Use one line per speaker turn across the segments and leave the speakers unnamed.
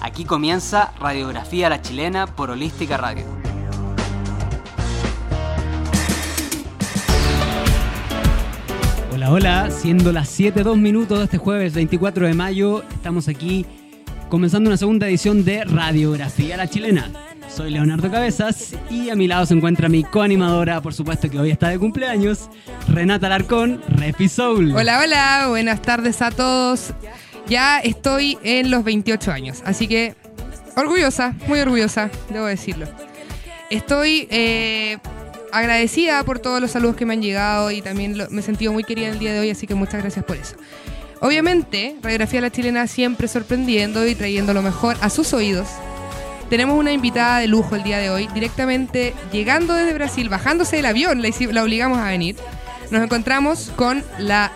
Aquí comienza Radiografía a la Chilena por Holística Radio. Hola, hola, siendo las 7, 2 minutos de este jueves 24 de mayo, estamos aquí comenzando una segunda edición de Radiografía a la Chilena. Soy Leonardo Cabezas y a mi lado se encuentra mi coanimadora, por supuesto que hoy está de cumpleaños, Renata Larcón, Refi Soul.
Hola, hola, buenas tardes a todos. Ya estoy en los 28 años, así que orgullosa, muy orgullosa, debo decirlo. Estoy eh, agradecida por todos los saludos que me han llegado y también lo- me he sentido muy querida el día de hoy, así que muchas gracias por eso. Obviamente, Radiografía La Chilena siempre sorprendiendo y trayendo lo mejor a sus oídos. Tenemos una invitada de lujo el día de hoy, directamente llegando desde Brasil, bajándose del avión, la, hici- la obligamos a venir. Nos encontramos con la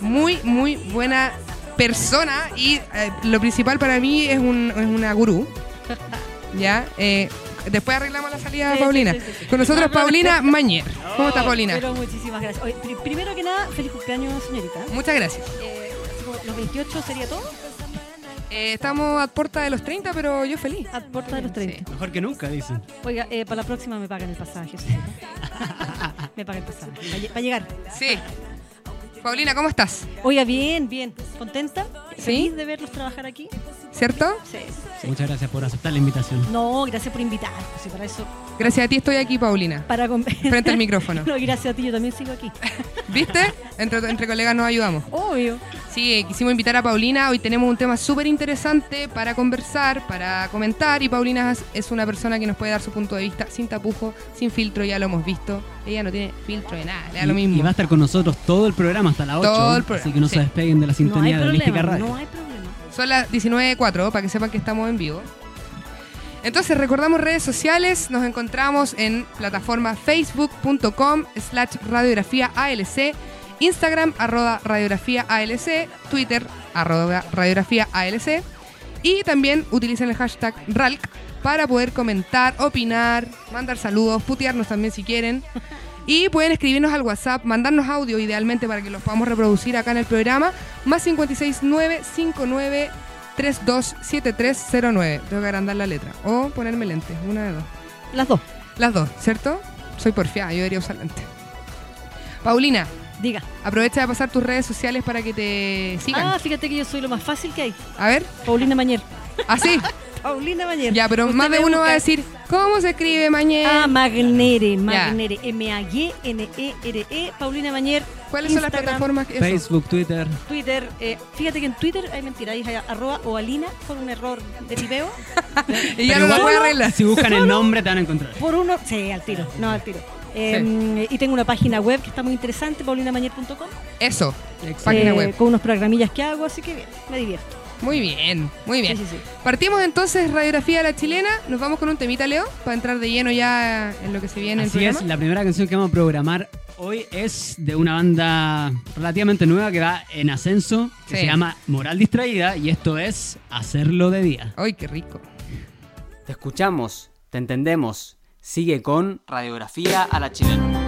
muy, muy buena persona y eh, lo principal para mí es, un- es una gurú. ¿Ya? Eh, después arreglamos la salida de
Sí, sí,
Paulina.
sí, sí.
Con nosotros Paulina Mañer. ¿Cómo estás,
Oh,
Paulina?
Pero muchísimas gracias. Oye, pri- primero que nada, feliz cumpleaños, señorita.
Muchas gracias.
Eh, así como los 28 sería todo,
Eh, estamos a puerta de los 30, pero yo feliz.
a puerta de los 30.
Mejor que nunca, dicen.
Oiga, eh, para la próxima me pagan el pasaje. señorita. me pagan el pasaje. Va, a lle- va a llegar.
Sí. Paulina, ¿cómo estás?
Oiga, bien, bien. ¿Contenta?
Sí.
¿Feliz de verlos trabajar aquí?
¿Cierto?
Sí.
Muchas gracias por aceptar la invitación.
No, gracias por invitar. Sí, para eso,
Gracias a ti estoy aquí, Paulina.
para con-
Frente al micrófono.
No, gracias a ti, yo también sigo aquí.
¿Viste? Entre, entre colegas nos ayudamos.
Obvio.
Sí, eh, quisimos invitar a Paulina. Hoy tenemos un tema súper interesante para conversar, para comentar. Y Paulina es- es una persona que nos puede dar su punto de vista sin tapujo, sin filtro. Ya lo hemos visto. Ella no tiene filtro de nada. Le da lo
Y- Y va a
mismo.
estar con nosotros todo el programa hasta la 8.
Todo el programa,
así que no
sí.
se despeguen de la
No hay
sintonía de Holística
problema.
Radio.
No hay problema.
Son las 19.04 para que sepan que estamos en vivo. Entonces, recordamos redes sociales. Nos encontramos en plataforma facebook.com slash radiografía ALC, Instagram arroba radiografía ALC, Twitter arroba radiografía ALC. Y también utilicen el hashtag RALC para poder comentar, opinar, mandar saludos, putearnos también si quieren. Y pueden escribirnos al WhatsApp, mandarnos audio idealmente para que los podamos reproducir acá en el programa. Más 569 327309 Tengo que agrandar la letra. O ponerme lentes, una de dos.
Las dos.
Las dos, ¿cierto? Soy porfiada, yo debería usar lentes. Paulina,
Diga.
aprovecha de pasar tus redes sociales para que te sigan.
Ah, fíjate que yo soy lo más fácil que hay.
A ver,
Paulina Mañer.
así.
Paulina Mañer.
ya, pero
Usted
más de
me
uno va a
busca-
decir, ¿cómo se escribe mañana?
Ah, Magnere, Magnere, M-A-G-N-E-R-E, E Paulina Mañer,
¿Cuáles son las
Instagram,
plataformas? Eso.
Facebook, Twitter.
Twitter, eh, fíjate que en Twitter hay mentira, ahí hay arroba o alina por un error de tipeo,
Y ya
Pero
no lo
igual,
voy a arreglar.
Si buscan el nombre, te van a encontrar.
por uno, sí, al tiro, no, al tiro. Eh, Y tengo una página web que está muy interesante, paulinamañer.com,
Eso,
Exacto.
Página
eh,
web.
con unos programillas que hago, así que bien, me divierto.
muy bien, muy bien.
Sí, sí, sí.
Partimos entonces radiografía de la chilena. Nos vamos con un temita, Leo, para entrar de lleno ya en lo que se viene en el
Así
programa.
es, la primera canción que vamos a programar hoy es de una banda relativamente nueva que va en ascenso, que
Sí.
se llama Moral Distraída, y esto es Hacerlo de Día.
Ay, qué rico.
Te escuchamos, te entendemos. Sigue con Radiografía a la Chilena.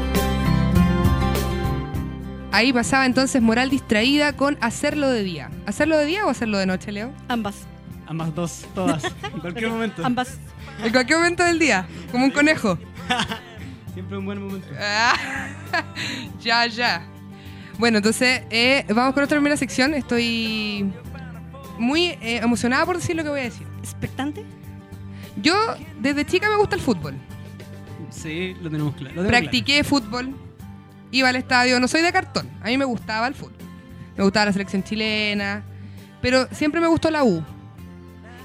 Ahí pasaba entonces moral distraída con hacerlo de día. ¿Hacerlo de día o hacerlo de noche, Leo?
Ambas,
Ambas dos, todas, en cualquier momento.
ambas.
En cualquier momento del día, como un conejo.
Siempre un buen momento.
Ah, ya, ya. Bueno, entonces eh, vamos con nuestra primera sección. Estoy muy eh, emocionada por decir lo que voy a decir.
¿Expectante?
Yo desde chica me gusta el fútbol.
Sí, lo tenemos claro. lo tenemos
Practiqué fútbol, iba al estadio, no soy de cartón, a mí me gustaba el fútbol. Me gustaba la selección chilena, pero siempre me gustó la U.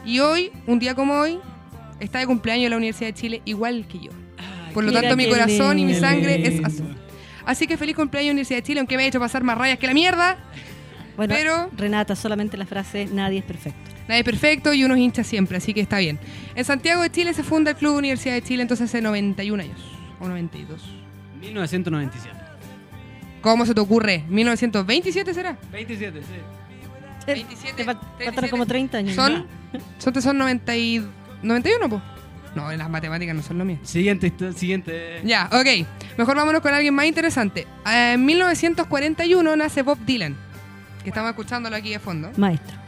Y hoy, un día como hoy, está de cumpleaños la Universidad de Chile igual que yo.
claro.
Por lo
Mira
tanto, mi
qué
corazón y mi
Qué
sangre es
lindo.
azul. Así que feliz cumpleaños Universidad de Chile, aunque me haya hecho pasar más rayas que la mierda.
Bueno,
Pero-
Renata, solamente la frase, nadie es perfecto.
Nadie es perfecto y unos hinchas siempre, así que está bien. En Santiago de Chile se funda el Club Universidad de Chile entonces hace 91 años, o 92.
1997.
¿Cómo se te ocurre? ¿1927 será?
27, sí.
Eh,
27,
te fal- faltaron
37.
como 30 años.
Son, son, te son 90 y, 91, po. No, en las matemáticas no son lo mío.
Siguiente, histo- siguiente.
Ya, ok. Mejor vámonos con alguien más interesante. Eh, En 1941 nace Bob Dylan, que estamos escuchándolo aquí de fondo.
Maestro.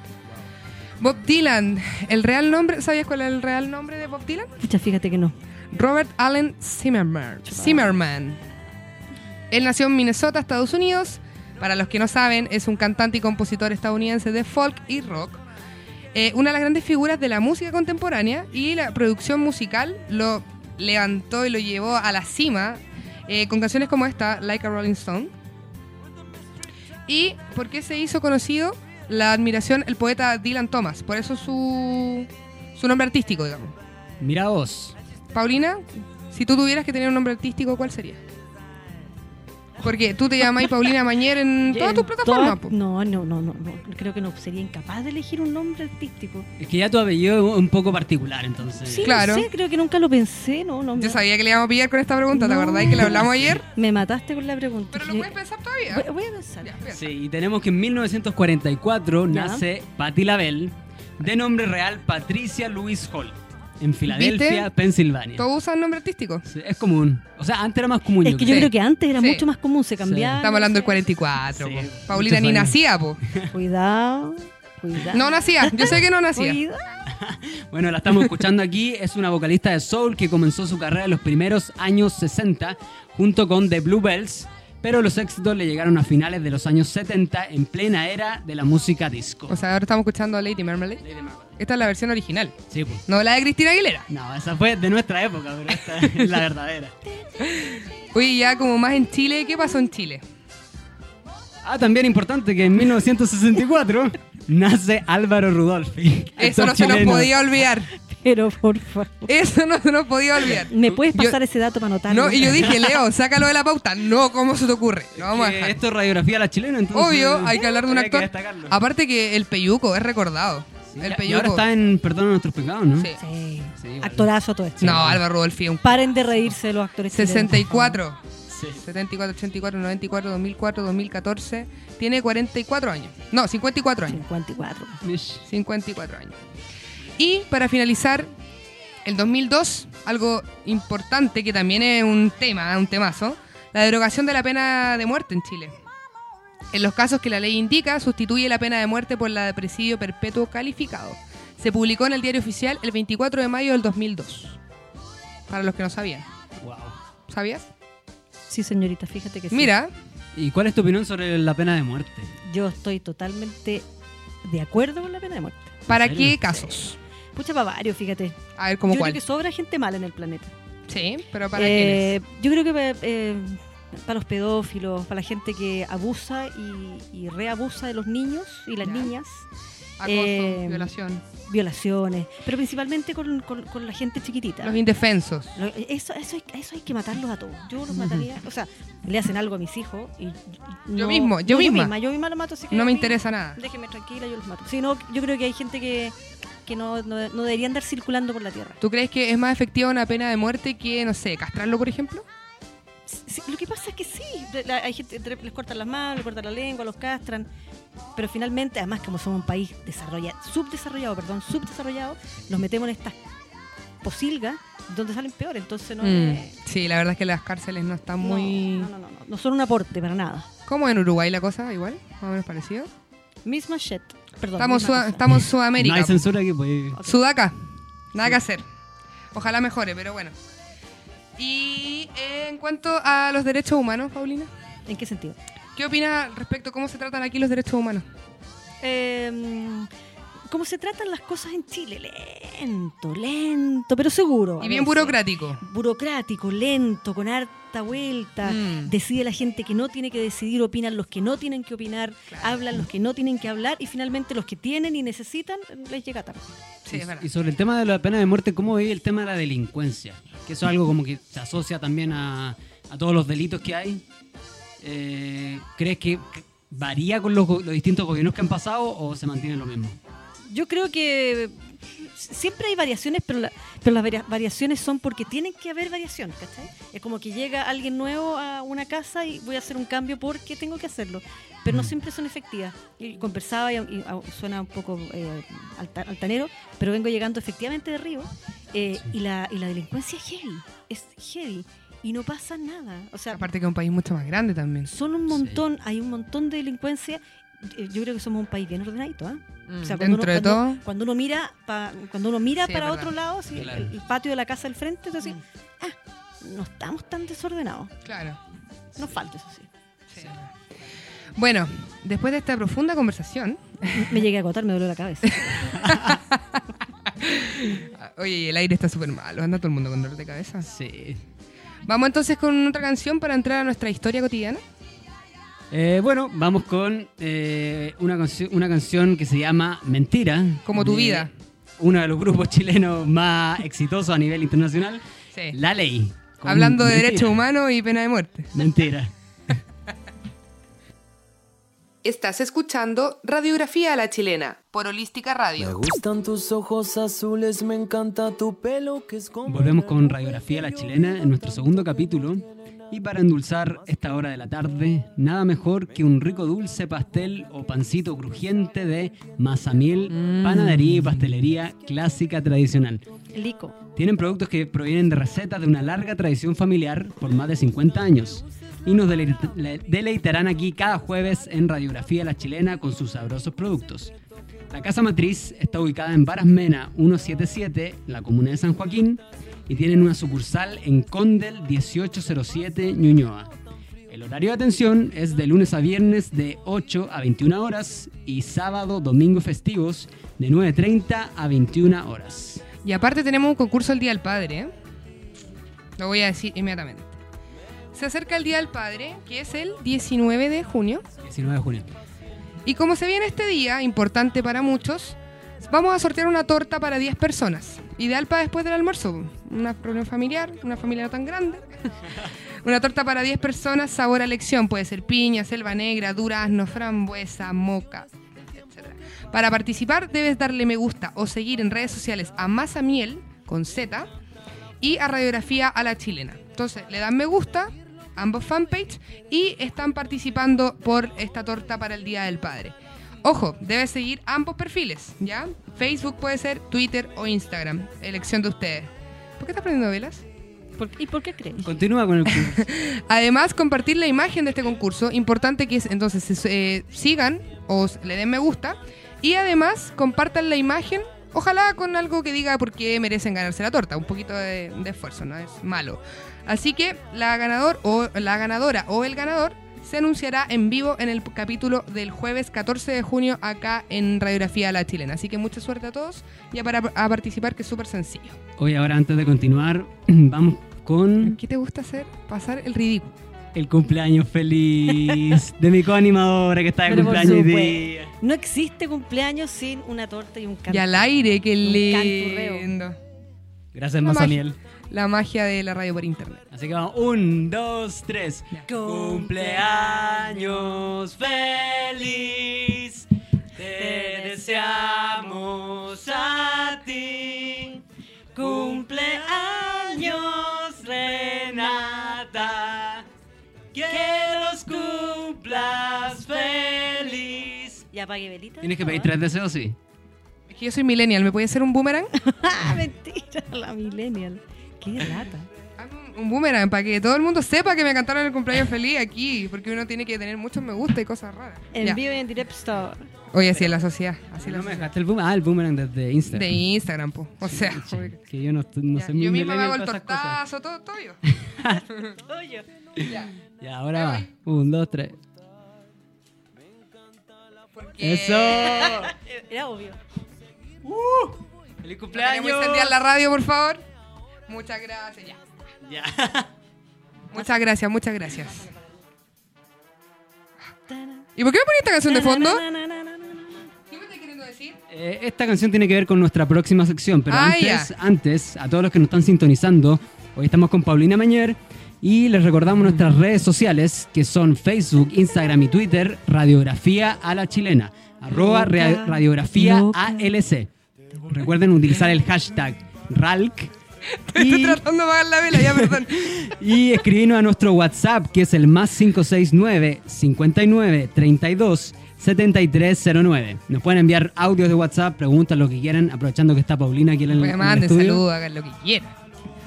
Bob Dylan, el real nombre, ¿sabías cuál es el real nombre de Bob Dylan?
Pucha, fíjate que no.
Robert Allen Zimmerman. Zimmerman. Él nació en Minnesota, Estados Unidos. Para los que no saben, es un cantante y compositor estadounidense de folk y rock. Eh, una de las grandes figuras de la música contemporánea y la producción musical lo levantó y lo llevó a la cima eh, con canciones como esta, Like a Rolling Stone. ¿Y por qué se hizo conocido? La admiración, el poeta Dylan Thomas. Por eso su, su nombre artístico, digamos.
Mira vos.
Paulina, si tú tuvieras que tener un nombre artístico, ¿cuál sería? Porque tú te llamáis Paulina Mañer en todas tus plataformas. po.
No, no, no, no, no. Creo que no. Sería incapaz de elegir un nombre artístico.
Es que ya tu apellido es un poco particular, entonces.
Sí,
Claro.
no sé, creo que nunca lo pensé. No, no.
Yo
me-
sabía que le íbamos a pillar con esta pregunta, ¿te
No.
acordáis que la hablamos ayer?
Me mataste con la pregunta.
Pero lo
Yo-
puedes pensar todavía.
voy, voy a pensar.
Ya, piensa.
Sí, y tenemos que en 1944
Ya.
nace Patti LaBelle, de nombre real Patricia Louise Holt, en Filadelfia,
¿Viste?
Pensilvania.
Todos usan nombre artístico.
Sí, es común. O sea, antes era más común.
Es que
Sí.
yo
creo.
creo que antes era
Sí.
mucho más común, se cambiaba.
Estamos hablando del 44.
Sí.
po. Paulina
Muchos
ni
años.
nacía, po.
Cuidado, cuidado.
No nacía, yo sé que no nacía.
cuidado.
Bueno, la estamos escuchando aquí. Es una vocalista de soul que comenzó su carrera en los primeros años 60 junto con The Bluebells, pero los éxitos le llegaron a finales de los años 70 en plena era de la música disco.
O sea, ahora estamos escuchando a Lady Marmalade. Esta es la versión original,
Sí, pues.
no la de Cristina Aguilera.
No, esa fue de nuestra época, pero esta es la verdadera.
Oye, ya como más en Chile, ¿qué pasó en Chile?
Ah, también importante que en 1964 nace Álvaro Rudolfi.
Eso
actor
no se nos
chileno.
podía olvidar.
Pero por favor.
Eso no se nos podía olvidar.
¿Me puedes
Yo-
pasar ese dato para anotarlo?
No, y yo dije, Leo, sácalo de la pauta. No, ¿cómo se te ocurre? Lo vamos a
Que
dejar.
Esto es radiografía a la chilena, entonces.
Obvio, hay que hablar de un
había
actor.
destacarlo.
Aparte que el peyuco es recordado.
Sí, y-
El
y ahora
peyuco.
está en Perdón a nuestros pecados, ¿no?
Sí.
Sí.
Sí, igual.
Actorazo todo esto.
No, Álvaro Rodolfi es un
Paren de reírse de los actores. chilenos.
64.
Sí.
74, 84, 94, 2004, 2014. Tiene 44 años. No, 54 años.
54.
Mish.
54 años. Y para finalizar, el 2002, algo importante que también es un tema, un temazo, la derogación de la pena de muerte en Chile. En los casos que la ley indica, sustituye la pena de muerte por la de presidio perpetuo calificado. Se publicó en el diario oficial el 24 de mayo del 2002. Para los que no sabían.
Wow.
¿Sabías?
Sí, señorita, fíjate que Eh, sí.
Mira,
¿Y cuál es tu opinión sobre la pena de muerte?
Yo estoy totalmente de acuerdo con la pena de muerte.
¿para
¿En
qué
serio?
casos?
Pucha, para varios, fíjate.
A ver, ¿cómo
yo
cuál?
creo que sobra gente mala en el planeta.
Sí, pero ¿para
Eh, Yo creo que pa- eh, para los pedófilos, para la gente que abusa y, y reabusa de los niños y las
Ya.
niñas,
quiénes? Acoso,
eh,
violación.
violaciones, pero principalmente con, con- con la gente chiquitita.
Los indefensos.
Lo- eso, eso, hay, eso hay que matarlos a todos. Yo los mataría, o sea, le hacen algo a mis hijos y
Yo
no-
mismo, yo
no,
misma.
yo misma los mato. así que
No
a
me
mí,
interesa nada.
Déjeme tranquila, yo los mato. Si no, yo creo que hay gente que, que no, no, no debería andar circulando por la tierra.
¿Tú crees que es más efectiva una pena de muerte que, no sé, castrarlo, por ejemplo?
Sí, lo que pasa es que sí, la- hay gente, de- les cortan las manos, les cortan la lengua, los castran, pero finalmente, además como somos un país desarrollado, subdesarrollado, perdón, subdesarrollado, nos metemos en estas posilgas donde salen peor, entonces no,
Mm,
es-
Sí, la verdad es que las cárceles no están
no,
muy...
no, no, no, no, no son un aporte para nada.
¿Cómo en Uruguay la cosa? Igual, más o menos parecido.
Misma shit, perdón.
Estamos,
misma
Sud-
cosa.
estamos en
No hay
Sudamérica.
censura aquí, pues.
Ok.
Sudaca, nada que hacer. Ojalá mejore, pero bueno. Y eh, en cuanto a los derechos humanos, Paulina,
¿En qué sentido?
¿qué opinas respecto a cómo se tratan aquí los derechos humanos?
Eh, ¿Cómo se tratan las cosas en Chile? Lento, lento, pero seguro.
Y
a
bien
veces.
burocrático.
burocrático, lento, con harta vuelta.
Mm.
Decide la gente que no tiene que decidir, opinan los que no tienen que opinar, hablan los que no tienen que hablar y finalmente los que tienen y necesitan les llega tarde.
Sí, es verdad.
Y sobre el tema de la pena de muerte, ¿cómo veis el tema de la delincuencia? Que eso es algo como que se asocia también a, a todos los delitos que hay. Eh, ¿Crees que varía con los, go- los distintos gobiernos que han pasado o se mantiene lo mismo?
Yo creo que siempre hay variaciones, pero, la- pero las varia- variaciones son porque tienen que haber variaciones, ¿cachai? Es como que llega alguien nuevo a una casa y voy a hacer un cambio porque tengo que hacerlo, pero no siempre son efectivas. Y conversaba y, y au- suena un poco eh, alta- altanero, pero vengo llegando efectivamente de Río eh, y, la, y la delincuencia es heavy, es heavy y no pasa nada. O sea,
Aparte que es un país mucho más grande también.
son un montón, hay un montón de delincuencia eh, yo creo que somos un país bien ordenadito, ¿ah?
Mm,
O sea, cuando uno-
Dentro de
cuando-
todo.
Cuando uno mira, pa- cuando uno mira
Sí,
para
es verdad.
otro lado, si el-
Claro.
el, patio de la casa al frente, entonces,
Mm.
ah, no estamos tan desordenados.
Claro.
Nos falta eso sí.
Sí. Bueno, después de esta profunda conversación,
Me llegué a agotar, me dolió la cabeza.
ah, oye, el aire está súper malo, anda todo el mundo con dolor de cabeza.
Sí.
Vamos entonces con otra canción para entrar a nuestra historia cotidiana.
Eh, bueno, vamos con eh, una, cancio- una canción que se llama Mentira.
Como tu
de
vida.
Uno de los grupos chilenos más exitosos a nivel internacional,
Sí.
La Ley. con
Hablando de
Mentira.
derechos humanos y pena de muerte.
Mentira.
Estás escuchando Radiografía a la Chilena por Holística
Me
Radio.
gustan tus ojos azules, me encanta tu pelo que es como.
Volvemos con Radiografía La Chilena en nuestro segundo capítulo. Y para endulzar esta hora de la tarde, nada mejor que un rico dulce pastel o pancito crujiente de mazamiel, panadería y pastelería clásica tradicional.
Lico.
Tienen productos que provienen de recetas de una larga tradición familiar por más de 50 años. Y nos deleita- le- deleitarán aquí cada jueves en Radiografía La Chilena con sus sabrosos productos. La casa matriz está ubicada en Varas Mena 177, la comuna de San Joaquín, y tienen una sucursal en Condel 1807, Ñuñoa. El horario de atención es de lunes a viernes de 8 a 21 horas y sábado, domingo y festivos de 9.30 a 21 horas.
Y aparte tenemos un concurso el Día del Padre. ¿eh? Lo voy a decir inmediatamente. Se acerca el Día del Padre, que es el 19 de junio.
19 de junio.
Y como se viene este día, importante para muchos, vamos a sortear una torta para 10 personas. Ideal para después del almuerzo. Una reunión familiar, una familia no tan grande. una torta para 10 personas, sabor a elección. Puede ser piña, selva negra, durazno, frambuesa, moca, etc. Para participar debes darle me gusta o seguir en redes sociales a Masa Miel con Z y a Radiografía a la Chilena. Entonces, le dan me gusta, ambos fanpage, y están participando por esta torta para el Día del Padre. Ojo, debes seguir ambos perfiles, ¿ya? Facebook puede ser Twitter o Instagram, elección de ustedes. ¿Por qué estás prendiendo velas?
¿Por qué- ¿Y por qué crees?
Continúa con el curso.
Además, compartir la imagen de este concurso, importante que es entonces se- eh, sigan o s- le den me gusta y además compartan la imagen, ojalá con algo que diga por qué merecen ganarse la torta, un poquito de, de esfuerzo, no es malo. Así que la ganador o la ganadora o el ganador se anunciará en vivo en el capítulo del jueves 14 de junio acá en Radiografía La Chilena. Así que mucha suerte a todos ya para a participar que es súper sencillo.
Hoy ahora antes de continuar, vamos
Mm.
con
¿Qué te gusta hacer? Pasar el ridículo.
el cumpleaños feliz de mi coanimadora que está de
Pero por
cumpleaños hoy
supuesto.
día.
No existe cumpleaños sin una torta y un canto.
Y al aire, qué
Un canturreo.
lindo.
Gracias,
No,
Mazamiel.
La magia de la radio por internet.
Así que vamos, un, dos, tres.
Ya.
Cumpleaños feliz, te deseamos a ti. Cumpleaños, Renata, que los cumplas feliz.
Y apague velita.
Tienes que
No,
pedir
¿eh?
tres deseos, sí.
Es que yo soy millennial, ¿me puede hacer un boomerang?
Ah, mentira, la millennial. Qué rata.
Hazme un- un boomerang para que todo el mundo sepa que me cantaron el cumpleaños feliz aquí, porque uno tiene que tener muchos me gusta y cosas raras.
En
Ya.
vivo y en directo Store.
Oye, así es la sociedad. Así es la
no me
sociedad.
dejaste el boomerang. Ah, el boomerang desde Instagram.
De Instagram, po. O sea, obvio.
Que yo no, no
Ya,
sé muy
yo misma me
millennial
hago el
para esas cosas.
tortazo, todo, todo yo.
Oye.
Ya.
Ya, ahora va. Un, dos, tres.
Porque
¡Eso!
Era obvio.
¡Feliz
no queremos
cumpleaños!
incendiar la radio, por favor. Muchas gracias, ya.
Ya.
Muchas gracias, muchas gracias. ¿Y por qué me pones esta canción de fondo? ¿Qué me estás queriendo decir?
Eh, esta canción tiene que ver con nuestra próxima sección, pero
Ah,
antes,
ya.
antes, a todos los que nos están sintonizando, hoy estamos con Paulina Mañer y les recordamos nuestras redes sociales, que son Facebook, Instagram y Twitter, Radiografía a la Chilena, arroba rea-
Loca,
Radiografía
loca.
ALC. Recuerden utilizar el hashtag RALC.
Estoy tratando de pagar la vela, ya, perdón.
Y escribimos a nuestro WhatsApp, que es el más 569 59 32 7309. Nos pueden enviar audios de WhatsApp, preguntas, lo que quieran, aprovechando que está Paulina aquí en el,
Pues
en el
manden
estudio.
saludos, hagan lo que quieran.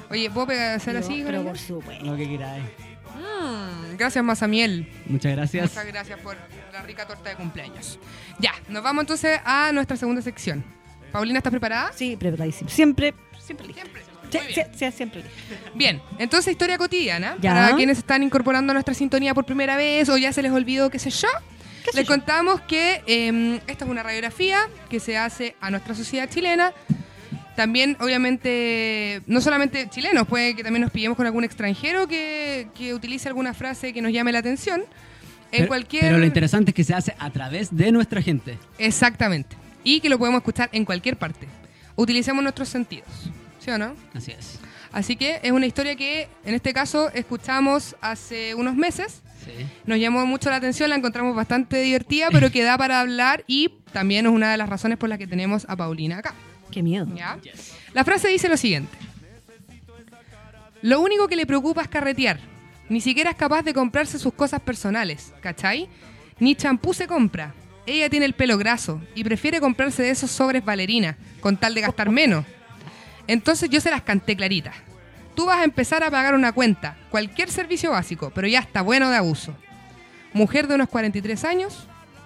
Oye, ¿puedo pegar, hacer así?
Pero
con
por
ella?
supuesto.
Lo que queráis.
Mm, Gracias, Mazamiel.
Muchas gracias.
Muchas gracias por la rica torta de cumpleaños. Ya, nos vamos entonces a nuestra segunda sección. Paulina, ¿estás preparada?
Sí, preparadísimo. Siempre, siempre lista.
Siempre.
Sí,
Muy
sí,
bien.
sí, siempre lista.
Bien, entonces historia cotidiana.
Ya.
Para quienes están incorporando a nuestra sintonía por primera vez o ya se les olvidó, qué sé yo.
¿Qué sé
Les
yo?
contamos que eh, esta es una radiografía que se hace a nuestra sociedad chilena. También, obviamente, no solamente chilenos, puede que también nos pillemos con algún extranjero que, que utilice alguna frase que nos llame la atención. En
Pero-
cualquier...
Pero lo interesante es que se hace a través de nuestra gente.
Exactamente. Y que lo podemos escuchar en cualquier parte. Utilicemos nuestros sentidos. ¿Sí o no?
Así es.
Así que es una historia que en este caso escuchamos hace unos meses.
Sí.
Nos llamó mucho la atención, la encontramos bastante divertida, pero que da para hablar y también es una de las razones por las que tenemos a Paulina acá.
Qué miedo.
¿ya? La frase dice lo siguiente. Lo único que le preocupa es carretear. Ni siquiera es capaz de comprarse sus cosas personales, ¿cachai? Ni champú se compra. Ella tiene el pelo graso y prefiere comprarse de esos sobres ballerina, con tal de gastar menos. Entonces yo se las canté claritas. Tú vas a empezar a pagar una cuenta, cualquier servicio básico, pero ya está bueno de abuso. Mujer de unos 43 años,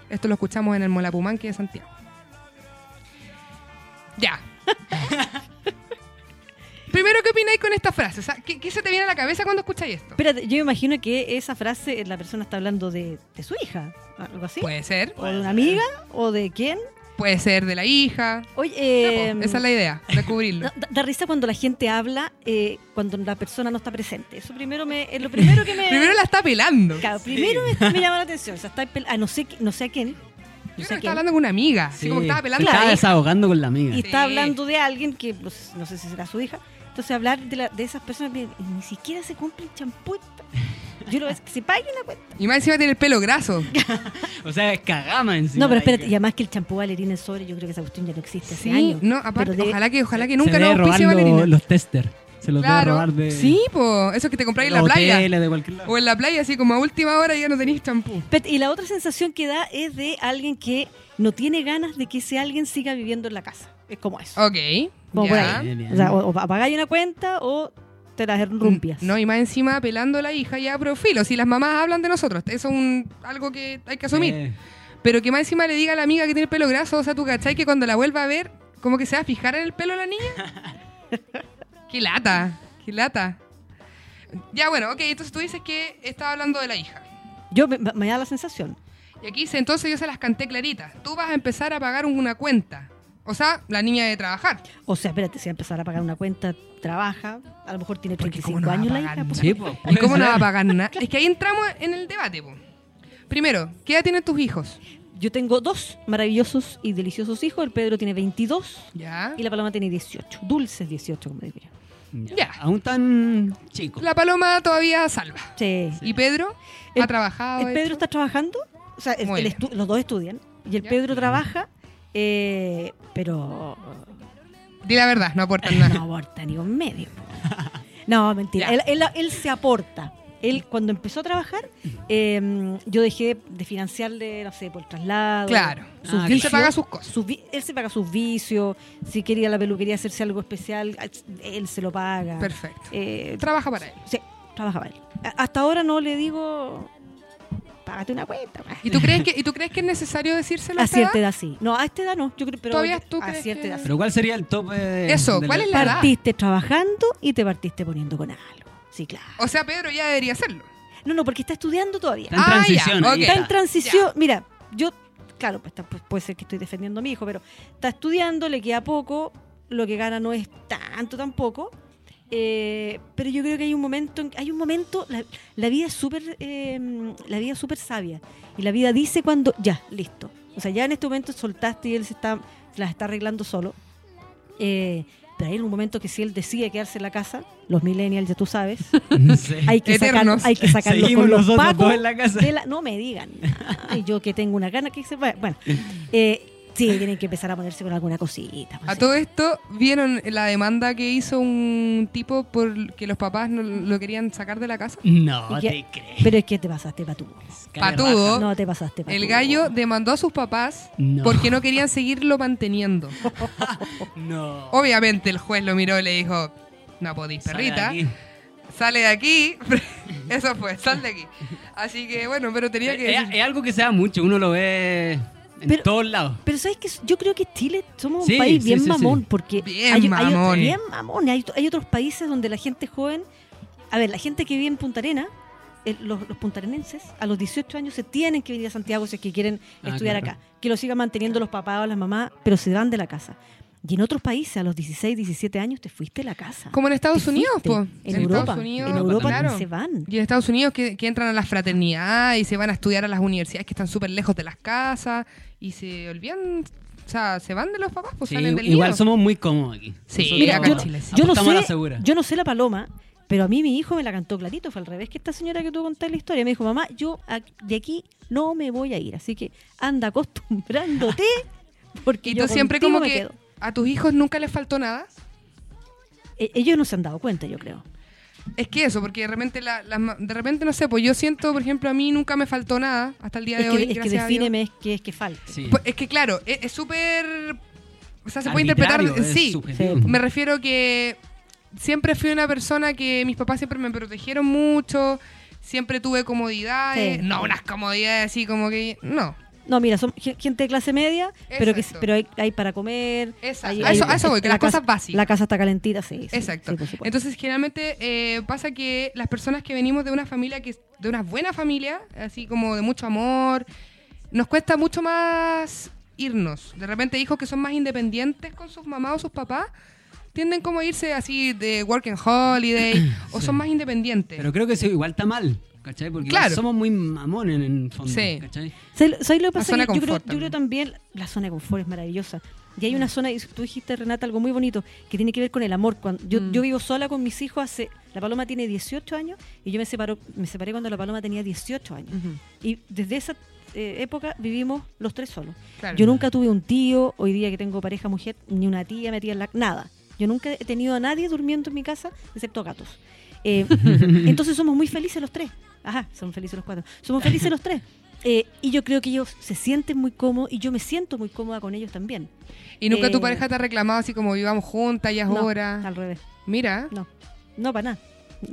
esto lo escuchamos en el Molapumanque de Santiago. Ya. Primero, ¿qué opináis con esta frase? O sea, ¿qué, qué se te viene a la cabeza cuando escucháis esto?
Espérate, yo me imagino que esa frase eh, la persona está hablando de, de su hija, algo así.
Puede ser,
o de una amiga, o de quién.
puede ser de la hija.
Oye,
Sí,
eh,
po, Esa es la idea, descubrirlo.
Da, da- da risa cuando la gente habla eh, cuando la persona no está presente. Eso primero me, es lo primero que me.
Primero la está pelando.
eh, Claro, primero me, me llama la atención. O sea, está pel- a no sé, qui- no sé a quién. No
Yo creo
sé a
que está
quién.
hablando con una amiga, así
Sí,
como que estaba
se
pelando a
estaba
la hija.
desahogando con la amiga.
Y
Sí.
está hablando de alguien que pues, no sé si será su hija. Entonces, hablar de, la- de esas personas que ni siquiera se compran champú. Yo lo veo que se paguen la cuenta.
Y más encima tiene el pelo graso.
O sea, es cagama encima.
no, pero espérate, y además que el champú valerina en sobre, yo creo que esa cuestión ya no existe hace
Sí,
años.
no, aparte,
Pero de-
ojalá que, ojalá que
Se
nunca
debe
nos
robar
auspicie
lo-
Valerina.
los tester. Se los debe
Claro.
robar de.
Sí, po, eso que te
de
compráis en
los
la playa.
hoteles, de cualquier lado.
O en la playa, así como a última hora ya no tenéis champú.
Espérate, Y la otra sensación que da es de alguien que no tiene ganas de que ese alguien siga viviendo en la casa. Es como eso.
Ok.
Como por
Oh, ya.
ahí.
Bien, bien.
O sea, o, o apagáis una cuenta o te las enrumpias.
Mm, No, y más encima pelando a la hija ya, pero filo, si las mamás hablan de nosotros, eso es un, algo que hay que asumir.
Eh,
Pero que más encima le diga a la amiga que tiene el pelo graso, o sea, tú cachai que cuando la vuelva a ver, como que se va a fijar en el pelo de la niña. qué lata, qué lata. Ya bueno, ok, entonces tú dices que estaba hablando de la hija.
Yo me, me da la sensación.
Y aquí dice, entonces yo se las canté claritas. Tú vas a empezar a pagar una cuenta. O sea, la niña de trabajar.
O sea, espérate, si va a empezar a pagar una cuenta, trabaja, a lo mejor tiene
Porque
35
¿cómo no va a
años la
pagar
hija. pues.
Sí, po,
¿Y cómo
puede
no va a
ser.
pagar nada? Es que ahí entramos en el debate, po. Primero, ¿qué edad tienen tus hijos?
Yo tengo dos maravillosos y deliciosos hijos. El Pedro tiene 22
Ya.
y la Paloma tiene 18. Dulces 18, como diría.
Ya. Aún tan chico.
La paloma todavía salva.
Sí.
¿Y Pedro?
El-
¿Ha trabajado?
El Pedro
hecho?
está trabajando, o sea, el-
Muy
el
bien.
estu- los dos estudian. Y el
Ya.
Pedro trabaja, eh, pero
Di la verdad, no aportan nada.
no aborta ni un medio. No, mentira.
Ya.
Él, él- él se aporta. Él, cuando empezó a trabajar, eh, yo dejé de financiarle, no sé, por el traslado.
Claro.
sus
Ah, claro.
Él
vicios,
se paga sus cosas.
sus vi- él se paga sus vicios. Si quería la peluquería hacerse algo especial, él se lo paga.
Perfecto.
Eh,
Trabaja para él.
sí, trabaja para él. A- Hasta ahora no le digo, págate una cuenta. pa".
¿Y tú crees que, ¿y tú crees que es necesario decírselo? a
A
esta edad?
cierta edad sí. No, a esta edad no. Yo creo, pero
Todavía
yo-
tú
a
crees
cierta
que-
edad sí.
Pero ¿cuál sería el tope? de-
Eso,
de
¿cuál es la edad?
Partiste trabajando y te partiste poniendo con algo. Sí, claro.
O sea, Pedro ya debería hacerlo.
No, no, porque está estudiando todavía.
Está en
Ah, ya,
transición. ahí
ok.
Está en
está.
transición. Mira, yo, claro, pues, está- pues, puede ser que estoy defendiendo a mi hijo, pero está estudiando, le queda poco, lo que gana no es tanto tampoco. eh, pero yo creo que hay un momento, en- hay un momento, la, la vida es súper, eh, la vida es súper sabia y la vida dice cuando ya, listo. O sea, ya en este momento soltaste y él se está, se las está arreglando solo. Eh, pero hay un momento que si él decide quedarse en la casa, los millennials ya tú sabes,
Sí.
hay que sacarlo,
Eternos.
hay que sacarlo
Seguimos
con los
nosotros
pacos
dos en la casa.
de la- no me digan. Ay, yo que tengo una gana que se vaya. Bueno, eh, sí, tienen que empezar a ponerse con alguna cosita. pues,
A
sí.
todo esto, ¿vieron la demanda que hizo un tipo por que los papás no lo querían sacar de la casa?
No
Y
te
que-
crees.
Pero es que te pasaste patudo.
Cara
Patudo.
raja.
No te pasaste patudo.
El gallo demandó a sus papás
No.
porque no querían seguirlo manteniendo.
No.
Oh, Obviamente el juez lo miró y le dijo, no podís,
Sal de
perrita.
aquí.
Sal de aquí, Sale de aquí. Eso fue, sal de aquí. Así que bueno, pero tenía que
Es,
decir.
es algo que se da mucho, uno lo ve en
Pero-
todos lados.
Pero sabes que yo creo que Chile somos
Sí,
un país
sí,
bien
sí, sí.
mamón, porque
Bien
hay, hay otro-
mamón.
bien mamón. Hay, hay otros países donde la gente joven, a ver, la gente que vive en Punta Arena, el- los, los puntarenenses, a los 18 años se tienen que venir a Santiago si es que quieren
Ah,
estudiar
claro.
acá, que lo sigan manteniendo los papás o las mamás, pero se van de la casa. Y en otros países, a los 16, 17 años, te fuiste de la casa.
Como en Estados
Te
Unidos,
fuiste.
po.
En,
En
Europa.
Estados Unidos,
en Europa
claro.
se van.
Y en Estados Unidos que, que entran a las fraternidades y se van a estudiar a las universidades que están súper lejos de las casas y se olvidan, o sea, se van de los papás, pues
Sí,
salen del
igual
nido.
somos muy cómodos aquí.
Sí,
Nosotros
Mira, acá
yo,
en Chile, sí.
yo no
apostamos a la
sé,
segura.
yo no sé la paloma, pero a mí mi hijo me la cantó clarito. Fue al revés que esta señora que tú contaste la historia. Me dijo, mamá, yo a- de aquí no me voy a ir. Así que anda acostumbrándote porque
Y
yo
tú siempre
contigo
como
me
que
quedo".
a tus hijos nunca les faltó nada.
E- ellos no se han dado cuenta, yo creo.
Es que eso, porque de repente, la- las ma- de repente no sé, pues yo siento, por ejemplo, a mí nunca me faltó nada hasta el día
Es
de
que,
hoy.
es que
gracias a Dios.
defíneme es que es que falta.
Sí.
Pues, es que claro, es es súper... O sea, se puede interpretar...
Arbitrario, es
Sí,
subjetivo.
Me refiero que siempre fui una persona que mis papás siempre me protegieron mucho, siempre tuve comodidades,
Sí.
no unas comodidades así como que no.
No, mira, son ge- gente de clase media, pero que
Exacto.
pero hay, hay para comer.
Exacto.
hay-
A eso-
hay-
a eso voy, que las
la casa-
cosas básicas.
La casa está calentita, sí. sí,
Exacto.
sí, por supuesto.
Entonces, generalmente eh, pasa que las personas que venimos de una familia que de una buena familia, así como de mucho amor, nos cuesta mucho más irnos. De repente hijos que son más independientes con sus mamás o sus papás tienden como a irse así de work and holiday o son más independientes.
Pero creo que eso igual está mal, ¿cachai? Porque igual
Claro.
somos muy mamones en el fondo,
Sí.
¿cachai?
¿Sabes lo- sabes lo que pasa?
zona
Que
de
yo, creo,
confort
yo creo también, la zona de confort es maravillosa. Y hay una zona, y tú dijiste, Renata, algo muy bonito, que tiene que ver con el amor. Cuando, yo,
Mm.
yo vivo sola con mis hijos hace, la Paloma tiene 18 años, y yo me, separó, me separé cuando la Paloma tenía 18 años.
Ujú,
Y desde esa eh, época vivimos los tres solos.
claro.
Yo nunca tuve un tío, hoy día que tengo pareja mujer, ni una tía metida en la... Nada. Yo nunca he tenido a nadie durmiendo en mi casa, excepto gatos. Eh, entonces somos muy felices los tres. Ajá, son felices los cuatro. Somos felices los tres. Eh, y yo creo que ellos se sienten muy cómodos y yo me siento muy cómoda con ellos también.
Y nunca tu
Eh,
pareja te ha reclamado así como vivamos juntas y
No,
ahora.
al revés.
Mira,
No, no para nada.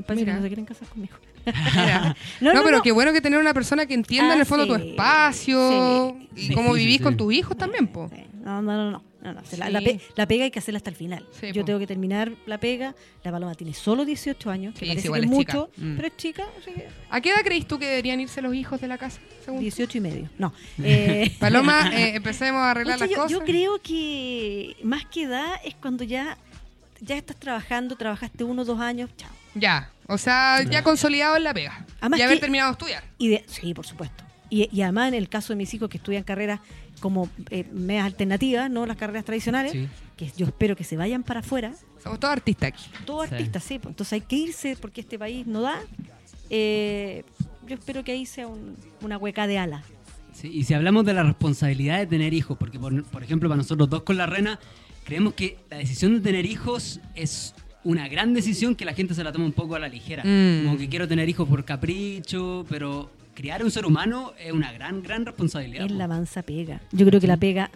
Parece
Mira.
que no se quieren casar conmigo.
mira.
No,
no,
no,
pero
no.
qué bueno que tener una persona que entienda en
Ah,
el fondo tu
sí,
espacio
sí.
y
Sí,
cómo
sí,
vivís
sí.
con tus hijos también, po.
Sí. No, no, no, no. no, no. Se La,
Sí.
la pe- la pega hay que hacerla hasta el final.
Sí,
Yo
po.
tengo que terminar la pega. La paloma tiene solo 18 años, que
Sí, es
parece que
igual,
es
es chica.
mucho,
Mm.
pero es chica, así que
¿A qué edad crees tú que deberían irse los hijos de la casa? según tú?
18 y medio. No. eh,
Paloma, eh, empecemos a arreglar
Pucha,
las
yo,
cosas.
yo creo que más que edad es cuando ya, ya estás trabajando, trabajaste uno dos años, chao.
Ya, o sea, ya consolidado en la pega.
Además
y haber
que-
terminado de estudiar.
Y de- sí, por supuesto. Y, y además en el caso de mis hijos que estudian carreras como eh, medias alternativas, no las carreras tradicionales,
Sí.
que yo espero que se vayan para afuera,
Somos todos artistas aquí.
todo
Sí.
artista, sí. pues, Entonces hay que irse porque este país no da. Eh, yo espero que ahí sea un- una hueca de ala.
Sí, y si hablamos de la responsabilidad de tener hijos, porque por, por ejemplo para nosotros dos con la rena, creemos que la decisión de tener hijos es una gran decisión que la gente se la toma un poco a la ligera.
Mm.
Como que quiero tener hijos por capricho, pero criar un ser humano es una gran, gran responsabilidad.
Es
po.
la
pues.
mansa pega. Yo creo que la pega,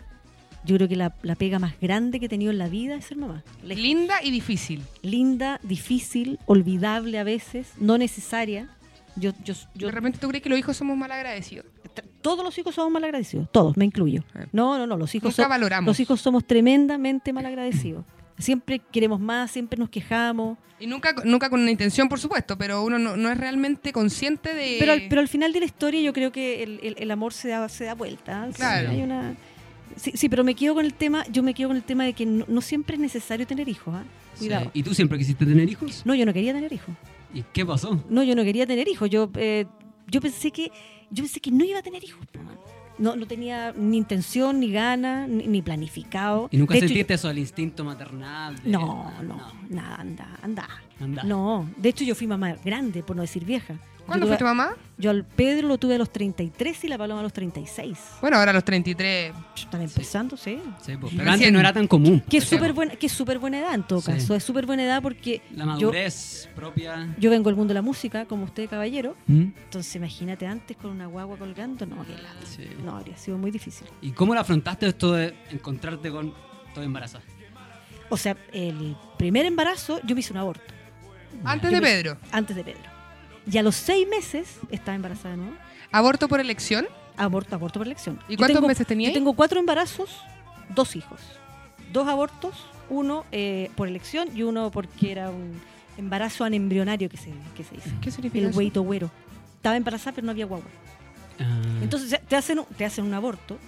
yo creo que la, la pega más grande que he tenido en la vida es ser mamá. Le-
Linda y difícil.
Linda, difícil, olvidable a veces, no necesaria. Yo, yo, yo-
De repente tú crees que los hijos somos mal agradecidos.
t- todos los hijos somos malagradecidos, todos, me incluyo.
Eh.
No, no, no, los hijos,
Nunca
son-
valoramos.
los hijos somos tremendamente malagradecidos. Siempre queremos más, siempre nos quejamos.
Y nunca, nunca con una intención, por supuesto, pero uno no, no es realmente consciente de...
Pero al, pero al final de la historia yo creo que el, el- el amor se da, se da vuelta. ¿eh? Sí,
Claro.
hay una- Sí, sí, pero me quedo con el tema, yo me quedo con el tema de que no, no siempre es necesario tener hijos. ¿ah?
Sí.
Cuidado.
¿Y tú siempre quisiste tener hijos?
No, yo no quería tener hijos.
¿Y qué pasó?
No, yo no quería tener hijos. Yo, eh, yo pensé que yo pensé que no iba a tener hijos. po, man. No, no tenía ni intención, ni ganas, ni, ni planificado.
¿Y nunca
De hecho,
sentiste eso del instinto maternal? de-
yo- No, no, nada, anda, anda.
Anda.
No, de hecho yo fui mamá grande, por no decir vieja.
¿Cuándo
yo,
fue
tuve-
tu mamá?
yo al Pedro lo tuve a los 33 y la Paloma a los 36.
Bueno, ahora a los 33.
Están empezando, sí.
Sí, po.
Recién.
Pero antes no era tan común.
Que es
¿cachai?
súper buena, que es súper buena edad en todo
Sí.
caso. Es súper buena edad porque
La
yo,
madurez propia.
yo vengo del mundo de la música, como usted, caballero.
¿Mm?
Entonces imagínate antes con una guagua colgando, no, que la-
Sí.
no habría sido muy difícil.
¿Y cómo lo afrontaste esto de encontrarte con todo embarazada?
O sea, el primer embarazo yo me hice un aborto.
Antes de Pedro.
Antes de Pedro. Y a los seis meses estaba embarazada de nuevo.
Aborto por elección.
Aborto, aborto por elección.
¿Y
Yo
cuántos
tengo-
meses tenía
Yo
ahí?
tengo cuatro embarazos, dos hijos. Dos abortos, uno eh, por elección y uno porque era un embarazo anembrionario que se, que se dice.
¿Qué significa
El
eso?
hueito güero. Estaba embarazada pero no había guagua.
Ah.
Entonces te hacen, un- te hacen un aborto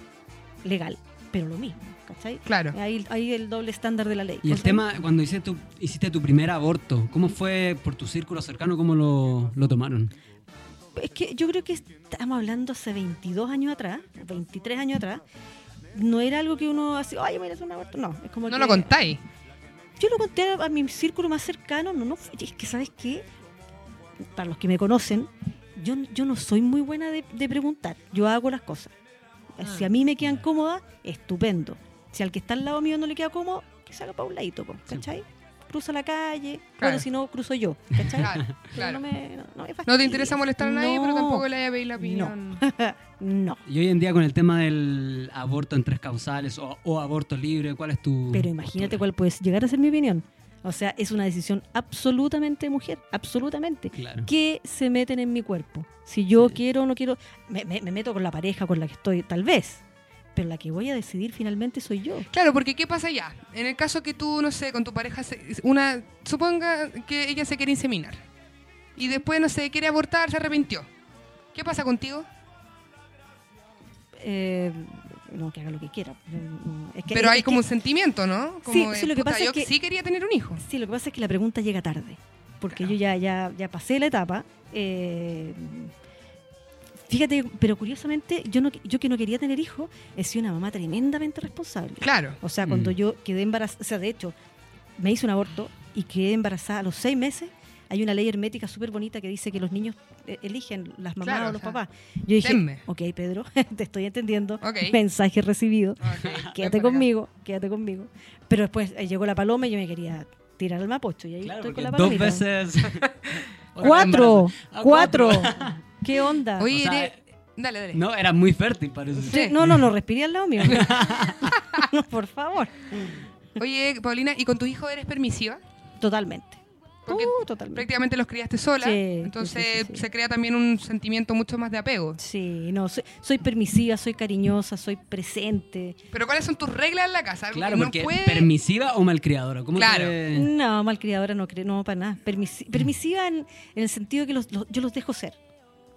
legal, pero lo mismo, ¿cachai?
Claro.
Ahí, ahí el doble estándar de la ley.
Y el
¿cachai?
tema, cuando hiciste tu, hiciste tu primer aborto, ¿cómo fue por tu círculo cercano? ¿Cómo lo, lo tomaron?
Es que yo creo que estamos hablando hace 22 años atrás, 23 años atrás. No era algo que uno así, ay, mira, es un aborto. No, es como
No
que-
lo contáis.
Yo lo conté a, a mi círculo más cercano. No, no, fue- es que, ¿sabes qué? Para los que me conocen, yo, yo no soy muy buena de, de preguntar. Yo hago las cosas.
Ah,
Si a mí me quedan cómodas, estupendo. Si al que está al lado mío no le queda cómodo, que se haga pa' un ladito, po,
Sí.
¿cachai? Cruza la calle.
Claro.
Bueno, si no, cruzo yo, ¿cachai?
Claro,
Pero
claro.
No, me, no, no me
No te
fastidies.
interesa molestar a nadie, pero
No.
tampoco le haya pedido la
No.
opinión.
No.
Y hoy en día con el tema del aborto en tres causales o, o aborto libre, ¿cuál es tu...
Pero imagínate
postura?
cuál puede llegar a ser mi opinión. O sea, es una decisión absolutamente de mujer, absolutamente.
Claro.
¿Qué se meten en mi cuerpo? Si yo quiero o no quiero, me, me- me meto con la pareja con la que estoy, tal vez. Pero la que voy a decidir finalmente soy yo.
Claro, porque ¿qué pasa ya? En el caso que tú, no sé, con tu pareja, se- una suponga que ella se quiere inseminar y después, no sé, quiere abortar, se arrepintió. ¿Qué pasa contigo?
Eh, no, que haga lo que quiera. No, es que-
Pero
es-
hay
es
como un
que-
sentimiento, ¿no? Como
Sí,
de,
sí, lo que
puta,
pasa es
yo
que-
sí quería tener un hijo.
Sí, lo que pasa es que la pregunta llega tarde, porque
Claro.
yo ya, ya, ya pasé la etapa. eh, fíjate, pero curiosamente, yo, no, yo que no quería tener hijos, he sido una mamá tremendamente responsable.
Claro.
O sea, cuando
Mm.
yo quedé embarazada, o sea, de hecho, me hice un aborto y quedé embarazada a los seis meses. Hay una ley hermética súper bonita que dice que los niños eh, eligen las mamás
Claro,
o
o
los
sea,
papás. Yo dije,
denme.
ok, Pedro, te estoy entendiendo.
Ok. Ah,
Mensaje recibido.
Ah,
Ok, ven para
Quédate
acá.
conmigo, quédate conmigo. Pero después eh, llegó la paloma y yo me quería tirar al mapocho. Y ahí
Claro,
estoy
porque
con la
dos
palomita.
veces...
¡Cuatro!
Ah,
¡Cuatro! ¿Qué onda?
Oye,
O sea,
eres- dale, dale.
No, era muy fértil parece.
Sí, no, no, no, respiré al lado mío. Por favor.
Oye, Paulina, ¿y con tu hijo eres permisiva?
Totalmente.
Porque
Uh, totalmente.
prácticamente los criaste sola,
Sí, sí,
entonces
sí, sí, sí.
se crea también un sentimiento mucho más de apego.
Sí, no, soy, soy permisiva, soy cariñosa, soy presente.
Pero ¿cuáles son tus reglas en la casa? Algo
Claro,
que no
porque
puede-
permisiva o malcriadora. ¿Cómo
Claro.
te-
No, malcriadora no creo, no, para nada. Permisi-
Mm.
permisiva en, en el sentido que los- los- yo los dejo ser.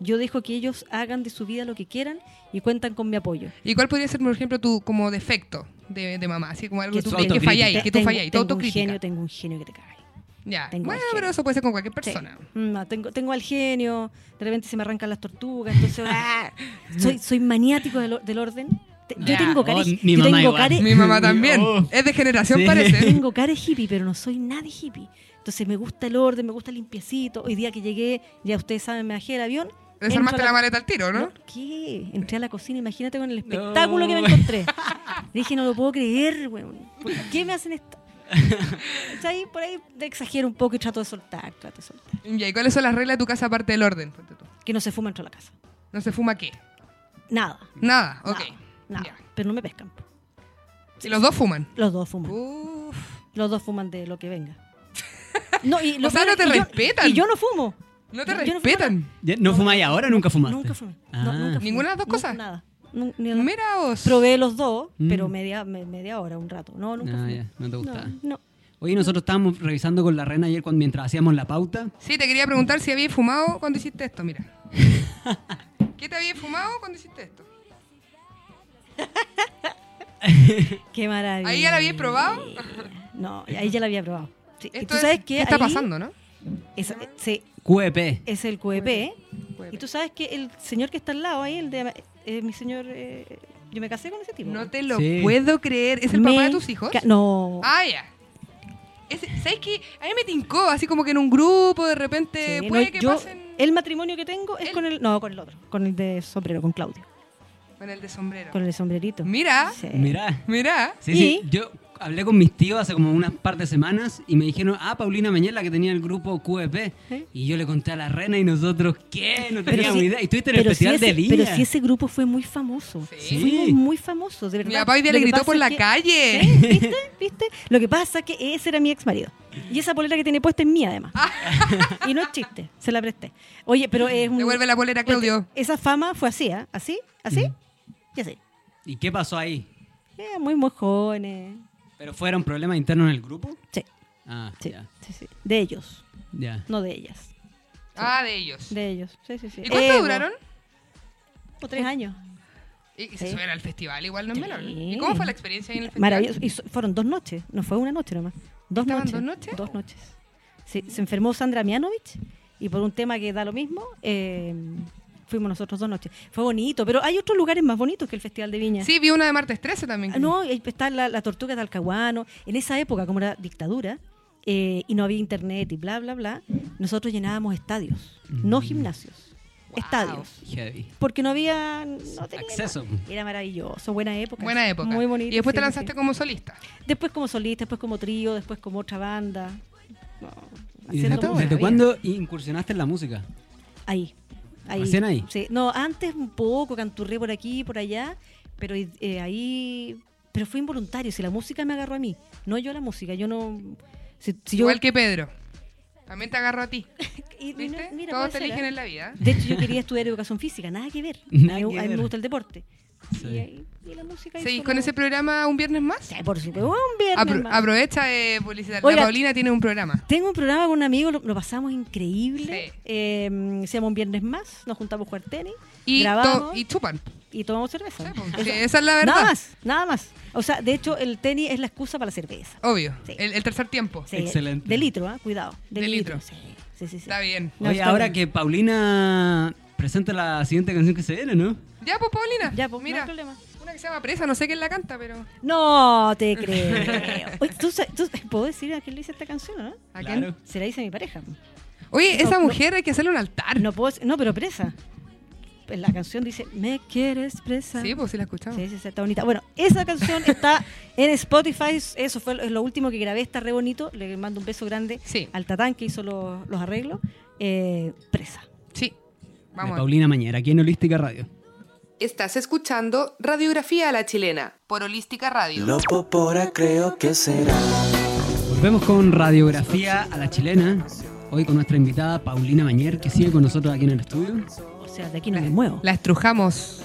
Yo dejo que ellos hagan de su vida lo que quieran y cuentan con mi apoyo.
¿Y cuál podría ser, por ejemplo, tu como defecto de, de mamá? Así como algo que tú
su
crees que
autocrítica.
falláis, que tú
Tengo-
falláis, tu
tengo un
autocrítica.
genio, tengo un genio que te cae.
Ya.
tengo
bueno,
un genio.
pero eso puede ser con cualquier
Sí. Mm,
persona.
No, tengo, tengo al genio, de repente se me arrancan las tortugas, entonces ¡ah! soy, soy maniático del, or- del orden. Te- Yo
Ya,
tengo
oh,
cara,
mi
yo
mamá
tengo
igual.
cara-
Mi mamá también.
Oh.
Es de generación,
Sí.
parece.
tengo cara de hippie, pero no soy nada de hippie. Entonces me gusta el orden, me gusta el limpiecito. Hoy día que llegué, ya ustedes saben, me bajé del avión. entro a
Desarmaste la maleta al tiro, ¿no?
¿Qué? Entré a la cocina, imagínate con el espectáculo que me encontré. Dije, no lo puedo creer, weón. ¿Por qué me hacen esto? O sea, ahí por ahí te exagero un poco y trato de soltar, trato de soltar.
Ya, ¿Y cuáles son las reglas de tu casa aparte del orden? Ponte tú.
Que no se fuma dentro de la casa.
No se fuma qué.
Nada.
Nada, ok.
Nada.
Ya.
nada. Pero no me pescan.
Y los dos fuman.
Los dos
Uh.
fuman.
Uf.
Los dos fuman de lo que venga. No, y
O sea, no te
y yo-
respetan.
Y yo no fumo.
No te
Yo- yo no fumo
respetan.
Ya, ¿No fumáis ahora o nunca fumaste?
Nunca fumé.
Ah.
No, nunca fumé.
¿Ninguna de las dos
Nunca,
cosas?
Nada. Nu- ni-
Mira vos.
Probé los dos,
Mm.
pero media, me- media hora, un rato. No, nunca
Ah,
fumé.
ya, no te gustaba.
No, no.
Oye, nosotros estábamos revisando con la Rena ayer cuando, mientras hacíamos la pauta.
Sí, te quería preguntar si habías fumado cuando hiciste esto, mira. ¿Qué te habías fumado cuando hiciste esto?
Qué maravilla.
¿Ahí ya la habías probado?
No, ahí ya la había probado. Sí. Y
Esto
tú sabes
es,
que
¿qué está
ahí
pasando, no?
Es, eh, sí,
QEP.
es el QEP.
Puede
Y tú
ser.
sabes que el señor que está al lado ahí, el de eh, mi señor, eh, yo me casé con ese tipo.
No te lo
Sí.
puedo creer. ¿Es el papá
Me
de tus hijos?
ca- No.
Ah, ya. Ese- ¿Sabes qué? A mí me tincó, así como que en un grupo, de repente,
Sí,
eh, puede
no,
que
yo-
pasen...
El matrimonio que tengo es
El-
con el. No, con el otro. Con el de sombrero, con Claudio.
Con el de sombrero.
Con el de sombrerito.
Mira,
Sí.
Mirá.
mira.
Sí, sí.
Y-
Yo, hablé con mis tíos hace como unas par de semanas y me dijeron, ah, Paulina Mañela que tenía el grupo QEP.
¿Eh?
Y yo le conté a la reina y nosotros, ¿qué? No teníamos
si-
idea. Y estuviste en el
pero si
especial
ese-
de Lía.
Pero si ese grupo fue muy famoso.
Sí.
Fuimos muy famosos, de verdad.
Mi papá hoy día le
Lo que
gritó
pasa
por
es
la
que-
calle.
¿Sí? ¿Viste? ¿Viste? Lo que pasa es que ese era mi ex marido. Y esa polera que tiene puesta es mía, además. y no es chiste, se la presté. Oye, pero es un.
Devuelve la polera, Claudio.
Esa fama fue así, ¿ah? Así, así
Mm.
y así.
¿Y qué pasó ahí?
Eh, muy, muy jóvenes.
¿Pero fueron problemas internos en el grupo?
Sí,
Ah,
sí,
ya.
sí, sí. De ellos,
ya.
no de ellas.
Ah, de ellos.
De ellos, sí, sí, sí.
¿Y cuánto
Ego.
duraron?
O tres años.
Y, y se
Sí.
subieron al festival, igual no es
Sí.
menor. ¿Y cómo fue la experiencia ahí en el festival?
Maravilloso. Y so- fueron dos noches, no fue una noche nomás. Dos
¿Estaban
noches.
dos noches?
Dos noches. Sí, se enfermó Sandra Mianovich y por un tema que da lo mismo, eh, fuimos nosotros dos noches. Fue bonito, pero hay otros lugares más bonitos que el Festival de Viña.
Sí, vi una de martes 13 también.
Ah, No, ahí está la, la tortuga de Alcahuano. En esa época, como era dictadura eh, y no había internet y bla, bla, bla, nosotros llenábamos estadios, no gimnasios,
Wow.
estadios.
Heavy.
Porque no había no tenía
Acceso.
nada. Era maravilloso, buena época.
Buena época.
Muy bonito.
Y después te
sí,
lanzaste
sí.
como solista.
Después como solista, después como trío, después como otra banda. No,
¿Y
haciendo
desde,
música,
desde
bien.
cuándo incursionaste en la música?
Ahí. ahí.
¿Recién ahí?
Sí. No, antes un poco, canturré por aquí, por allá, pero eh, ahí... Pero fue involuntario, si la música me agarró a mí, no yo a la música, yo no... Si, si yo,
Igual que Pedro. También te agarro a ti.
y- y no-
¿Viste?
mira,
Todos
puede
te
ser,
eligen
¿eh?
en la vida.
De hecho, yo quería estudiar educación física, nada que ver.
Nada
a, mí,
que
a mí
ver.
me gusta el deporte.
Sí.
Y, ahí- y la música... ahí
¿Seguís
solo-
con ese programa un viernes más?
Sí, por supuesto, un viernes
Apro-
más.
aprovecha de publicitar.
Oiga,
la Paulina tiene un programa.
Tengo un programa con un amigo, lo, lo pasamos increíble.
Sí.
Eh, se llama Un Viernes Más, nos juntamos a jugar tenis,
Y, to-
grabamos
y
y,
chupan.
tomamos cerveza.
Sí,
O
pues, sí,
sea,
esa es la verdad.
nada más, nada más. O sea, de hecho, el tenis es la excusa para la cerveza.
Obvio.
Sí.
El, el tercer tiempo.
Sí,
Excelente.
De litro, ¿ah? cuidado. De,
De
litro.
litro.
Sí, sí, sí. sí.
Está bien.
No,
Oye,
está
ahora
bien.
que Paulina presenta la siguiente canción que se viene, ¿no?
Ya, pues, Paulina.
Ya, pues, no
Mira,
hay problema.
una que se llama Presa, no sé quién la canta, pero...
No te creo. Oye, ¿tú, sa- tú- ¿Puedo decir a quién le hice esta canción o no?
¿A quién?
Claro.
Se la hice a mi pareja.
Oye,
No,
esa
no.
mujer hay que hacerle un altar.
No puedo, no, pero presa. Pues La canción dice, me quieres presa.
Sí, pues sí la escuchamos.
Sí, sí, sí, está bonita. Bueno, esa canción está en Spotify. Eso fue lo- es lo último que grabé. Está re bonito. Le mando un beso grande
Sí.
al Tatán que hizo los, los arreglos. Eh, presa.
Sí.
de
Vamos. a-
Paulina Mañera, aquí en Holística Radio.
Estás escuchando Radiografía a la Chilena por Holística Radio.
Lo popora creo que será.
Volvemos con Radiografía a la Chilena. Hoy con nuestra invitada Paulina Mañer, que sigue con nosotros aquí en el estudio.
O sea, de aquí no me muevo.
La estrujamos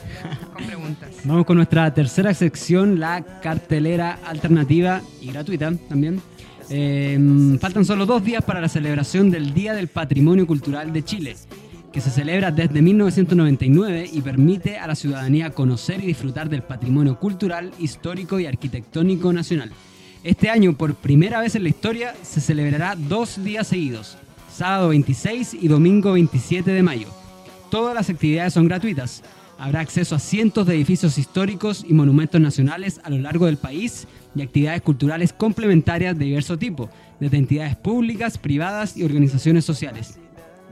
con preguntas.
Vamos con nuestra tercera sección, la cartelera alternativa y gratuita también. Eh, faltan solo dos días para la celebración del Día del Patrimonio Cultural de Chile, que se celebra desde 1999 y permite a la ciudadanía conocer y disfrutar del patrimonio cultural, histórico y arquitectónico nacional. Este año, por primera vez en la historia, se celebrará dos días seguidos, sábado 26 y domingo 27 de mayo. Todas las actividades son gratuitas. Habrá acceso a cientos de edificios históricos y monumentos nacionales a lo largo del país y actividades culturales complementarias de diverso tipo, desde entidades públicas, privadas y organizaciones sociales.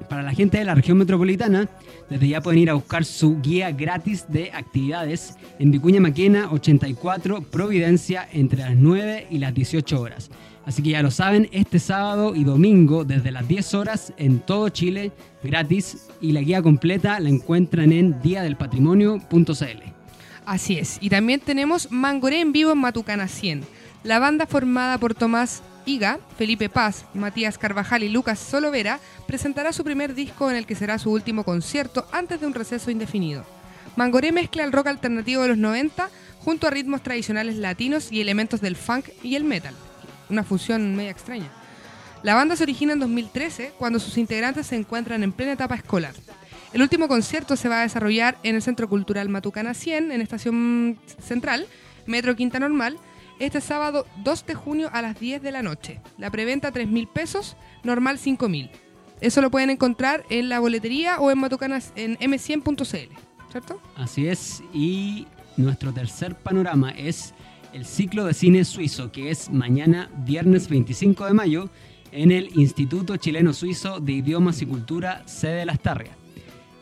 Para la gente de la región metropolitana, desde ya pueden ir a buscar su guía gratis de actividades en Vicuña Maquena 84 Providencia entre las 9 y las 18 horas. Así que ya lo saben, este sábado y domingo desde las 10 horas en todo Chile gratis y la guía completa la encuentran en diadelpatrimonio.cl.
Así es. Y también tenemos Mangoré en vivo en Matucana 100. La banda formada por Tomás Higa, Felipe Paz, Matías Carvajal y Lucas Solovera presentará su primer disco en el que será su último concierto antes de un receso indefinido. Mangoré mezcla el rock alternativo de los 90 junto a ritmos tradicionales latinos y elementos del funk y el metal. Una fusión media extraña. La banda se origina en 2013 cuando sus integrantes se encuentran en plena etapa escolar. El último concierto se va a desarrollar en el Centro Cultural Matucana 100, en Estación Central, Metro Quinta Normal, este sábado 2 de junio a las 10 de la noche. La preventa 3.000 pesos, normal 5.000. Eso lo pueden encontrar en la boletería o en Matucanas en m100.cl, ¿cierto?
Así es, y nuestro tercer panorama es el ciclo de cine suizo, que es mañana, viernes 25 de mayo, en el Instituto Chileno Suizo de Idiomas y Cultura, sede de Las Tarrias.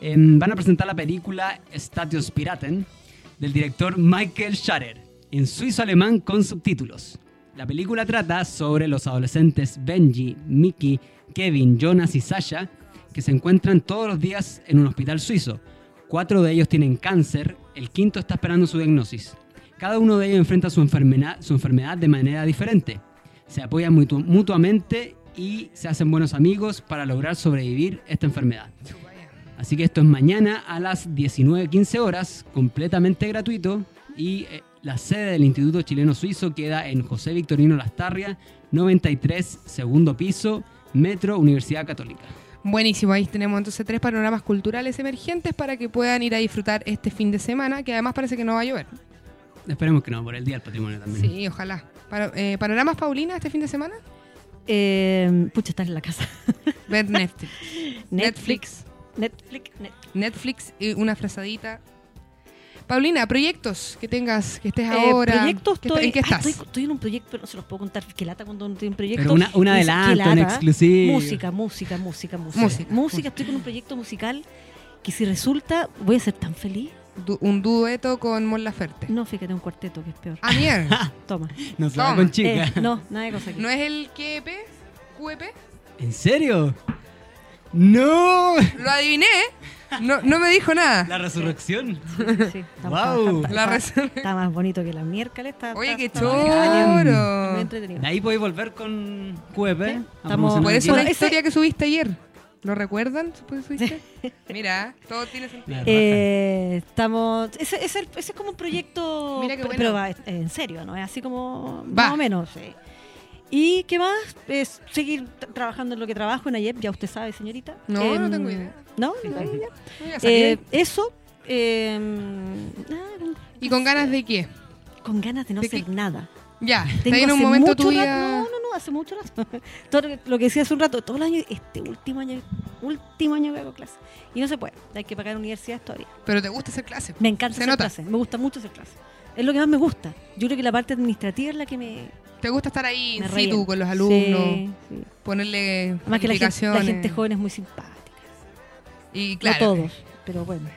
Em, van a presentar la película Statios Piraten del director Michael Scharer en suizo-alemán con subtítulos. La película trata sobre los adolescentes Benji, Mickey, Kevin, Jonas y Sasha que se encuentran todos los días en un hospital suizo. Cuatro de ellos tienen cáncer, el quinto está esperando su diagnosis. Cada uno de ellos enfrenta su enfermedad, su enfermedad de manera diferente. Se apoyan mutu- mutuamente y se hacen buenos amigos para lograr sobrevivir esta enfermedad. Así que esto es mañana a las 19.15 horas, completamente gratuito. Y eh, la sede del Instituto Chileno Suizo queda en José Victorino Lastarria, 93, segundo piso, Metro Universidad Católica.
Buenísimo, ahí tenemos entonces tres panoramas culturales emergentes para que puedan ir a disfrutar este fin de semana, que además parece que no va a llover.
Esperemos que no, por el Día del Patrimonio también.
Sí, ojalá. Para- eh, ¿Panoramas Paulina este fin de semana?
Eh, pucha, estás en la casa.
Ver Netflix.
Netflix. Netflix. Netflix.
Netflix y una frazadita. Paulina, proyectos que tengas, que estés
Eh,
ahora.
proyectos
que-
estoy,
¿En qué
ah,
estás?
estoy, estoy en un proyecto, pero no se los puedo contar. Qué lata cuando uno tiene un proyecto.
Pero una, un
Dice, qué
adelanto,
lata.
una exclusiva.
Música, música, música, música.
Música.
Música, estoy con un proyecto musical que si resulta, voy a ser tan feliz.
Du- un dueto con Mon Laferte.
No, fíjate, un cuarteto que es peor.
Ah, mierda.
Toma.
No se va
Toma.
con chica.
Eh, no, nada de cosa aquí.
¿No es el E QEP? QEP?
¿En serio? ¡No!
Lo adiviné. No, no me dijo nada.
La resurrección.
Sí, está,
Guau.
está-
La
está-
res-
está más bonito que la miércoles. Está,
Oye,
está-
qué
está muy
choro.
entretenido.
De ahí podéis volver con E
Sí,
QEP.
estamos-
Estamos
Por eso
Bueno,
la
ese-
historia que subiste ayer. ¿Lo recuerdan? ¿Supo que subiste? Mira, todo tiene sentido.
Eh, estamos. Ese, ese- ese es como un proyecto.
Mira qué
pr-
bueno.
Pero va, eh, en serio, ¿no? Es así como.
Va.
Más o menos. sí. ¿Y qué más? Es seguir t- trabajando en lo que trabajo en AYEP, ya usted sabe, señorita. Em,
No, no tengo idea.
No, no tengo idea.
Voy a salir
Eh,
ahí.
eso. eh, nada,
¿Y con ganas de qué?
con ganas de no
¿De
hacer
qué?
nada.
Ya, está
Tengo
en un
hace
momento
mucho
tu
rato-
vida.
no, no, no, hace mucho rato. Todo lo que- lo que decía hace un rato, todos los años, este último año, último año que hago clase. Y no se puede, hay que pagar universidad todavía.
Pero te gusta hacer clases.
Me encanta
Se
hacer
nota.
clases, me gusta mucho hacer clases. Es lo que más me gusta. Yo creo que la parte administrativa es la que me,
Te gusta estar ahí
me
in
raya.
situ con los alumnos,
Sí, sí.
ponerle
Además que la gente, la
calificaciones.
gente joven es muy simpática.
Y claro,
No todos, pero bueno,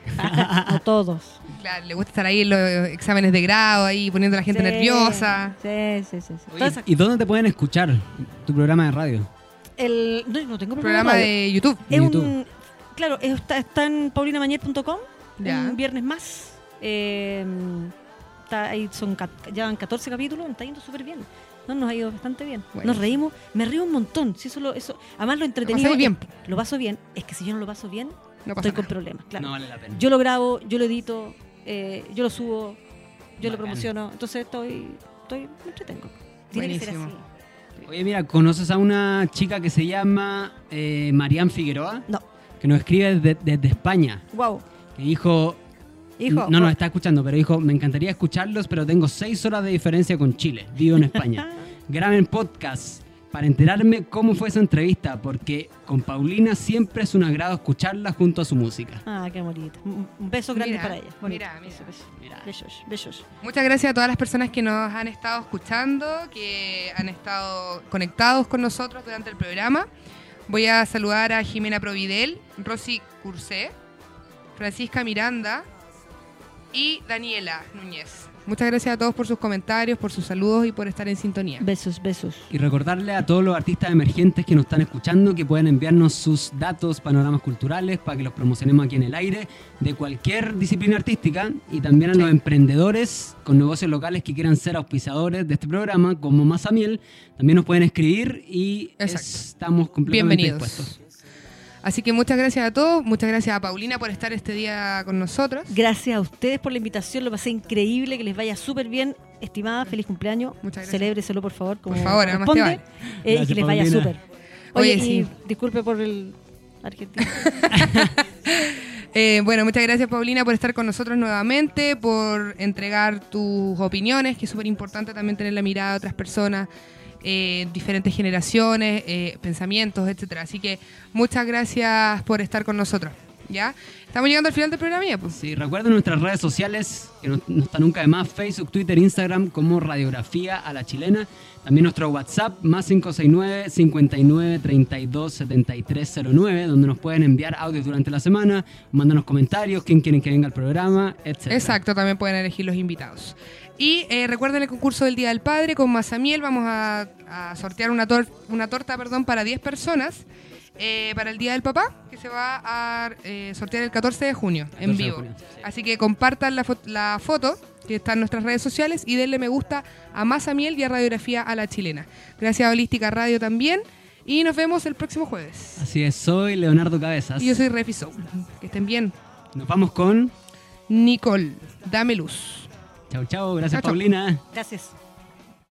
no todos.
claro, le gusta estar ahí en los exámenes de grado, ahí poniendo a la gente
Sí,
nerviosa.
Sí, sí, sí. sí.
Oye,
Todas esas-
¿Y dónde te pueden escuchar tu programa de radio?
el, no, no tengo
Programa
radio.
de YouTube.
Es un,
YouTube.
claro, está, está en paulinamañer.com.
Ya.
Un viernes más. Eh, está ahí son, cat- ya van 14 capítulos, nos está yendo súper bien. No, nos ha ido bastante bien.
Bueno.
Nos reímos, me río un montón. Sí, eso lo- eso, además, lo entretenido.
pasáis bien.
es- lo paso bien. Es que si yo no lo paso bien,
No pasa
estoy con
nada.
problemas. Claro.
No vale la pena.
Yo lo grabo, yo lo edito, eh, yo lo subo, yo
Bacán.
lo promociono. Entonces estoy, estoy, me entretengo. Tiene que ser
Buenísimo.
así.
Oye, mira, ¿conoces a una chica que se llama eh, Marian Figueroa?
No.
Que nos escribe de- desde España.
Wow.
Que dijo.
Hijo.
No nos
guau.
está escuchando, pero dijo: Me encantaría escucharlos, pero tengo seis horas de diferencia con Chile. Vivo en España. graben podcast para enterarme cómo fue esa entrevista, porque con Paulina siempre es un agrado escucharla junto a su música.
Ah, qué bonita. Un un beso grande
Mira,
para ella. Bonito.
mira, mira.
Beso, beso.
Mira,
Besos, besos.
Muchas gracias a todas las personas que nos han estado escuchando, que han estado conectados con nosotros durante el programa. Voy a saludar a Jimena Providel, Rosy Cursé, Francisca Miranda y Daniela Núñez. Muchas gracias a todos por sus comentarios, por sus saludos y por estar en sintonía.
Besos, besos.
Y recordarle a todos los artistas emergentes que nos están escuchando que pueden enviarnos sus datos, panoramas culturales, para que los promocionemos aquí en el aire, de cualquier disciplina artística, y también a los emprendedores con negocios locales que quieran ser auspiciadores de este programa, como Mazamiel, también nos pueden escribir y
Exacto.
estamos completamente
Bienvenidos.
dispuestos.
Así que muchas gracias a todos, muchas gracias a Paulina por estar este día con nosotros.
Gracias a ustedes por la invitación, lo pasé increíble, que les vaya súper bien. Estimada, feliz cumpleaños.
Muchas gracias.
Celébreselo, por favor, como
Por favor, además te
corresponde.
vale.
Eh, y
Gracias,
que les vaya
Paulina.
súper.
Oye,
Oye,
sí.
y disculpe por el argentino.
Eh, bueno, muchas gracias Paulina por estar con nosotros nuevamente, por entregar tus opiniones, que es súper importante también tener la mirada de otras personas, eh, diferentes generaciones, eh, pensamientos, etcétera. Así que muchas gracias por estar con nosotros. ¿Ya? Estamos llegando al final del programa, ya, pues.
Sí, recuerden nuestras redes sociales, que no, no está nunca de más, Facebook, Twitter, Instagram, como Radiografía a la Chilena. También nuestro WhatsApp, más 569 59 32 7309, donde nos pueden enviar audios durante la semana, mandarnos comentarios, quién quieren que venga al programa, etc.
Exacto, también pueden elegir los invitados. Y eh, recuerden el concurso del Día del Padre con Mazamiel. Vamos a, a sortear una, tor- una torta perdón, para 10 personas eh, para el Día del Papá, que se va a eh, sortear el 14 de junio
14 de
en vivo.
junio, sí.
Así que compartan la, fo- la foto que está en nuestras redes sociales y denle me gusta a Mazamiel y a Radiografía a la Chilena. Gracias a Holística Radio también. Y nos vemos el próximo jueves.
Así es, soy Leonardo Cabezas.
Y yo soy Refi Soul. Que estén bien.
Nos vamos con...
Nicole, dame luz.
Chau, chau. Gracias,
Chau, chau.
Paulina.
Gracias.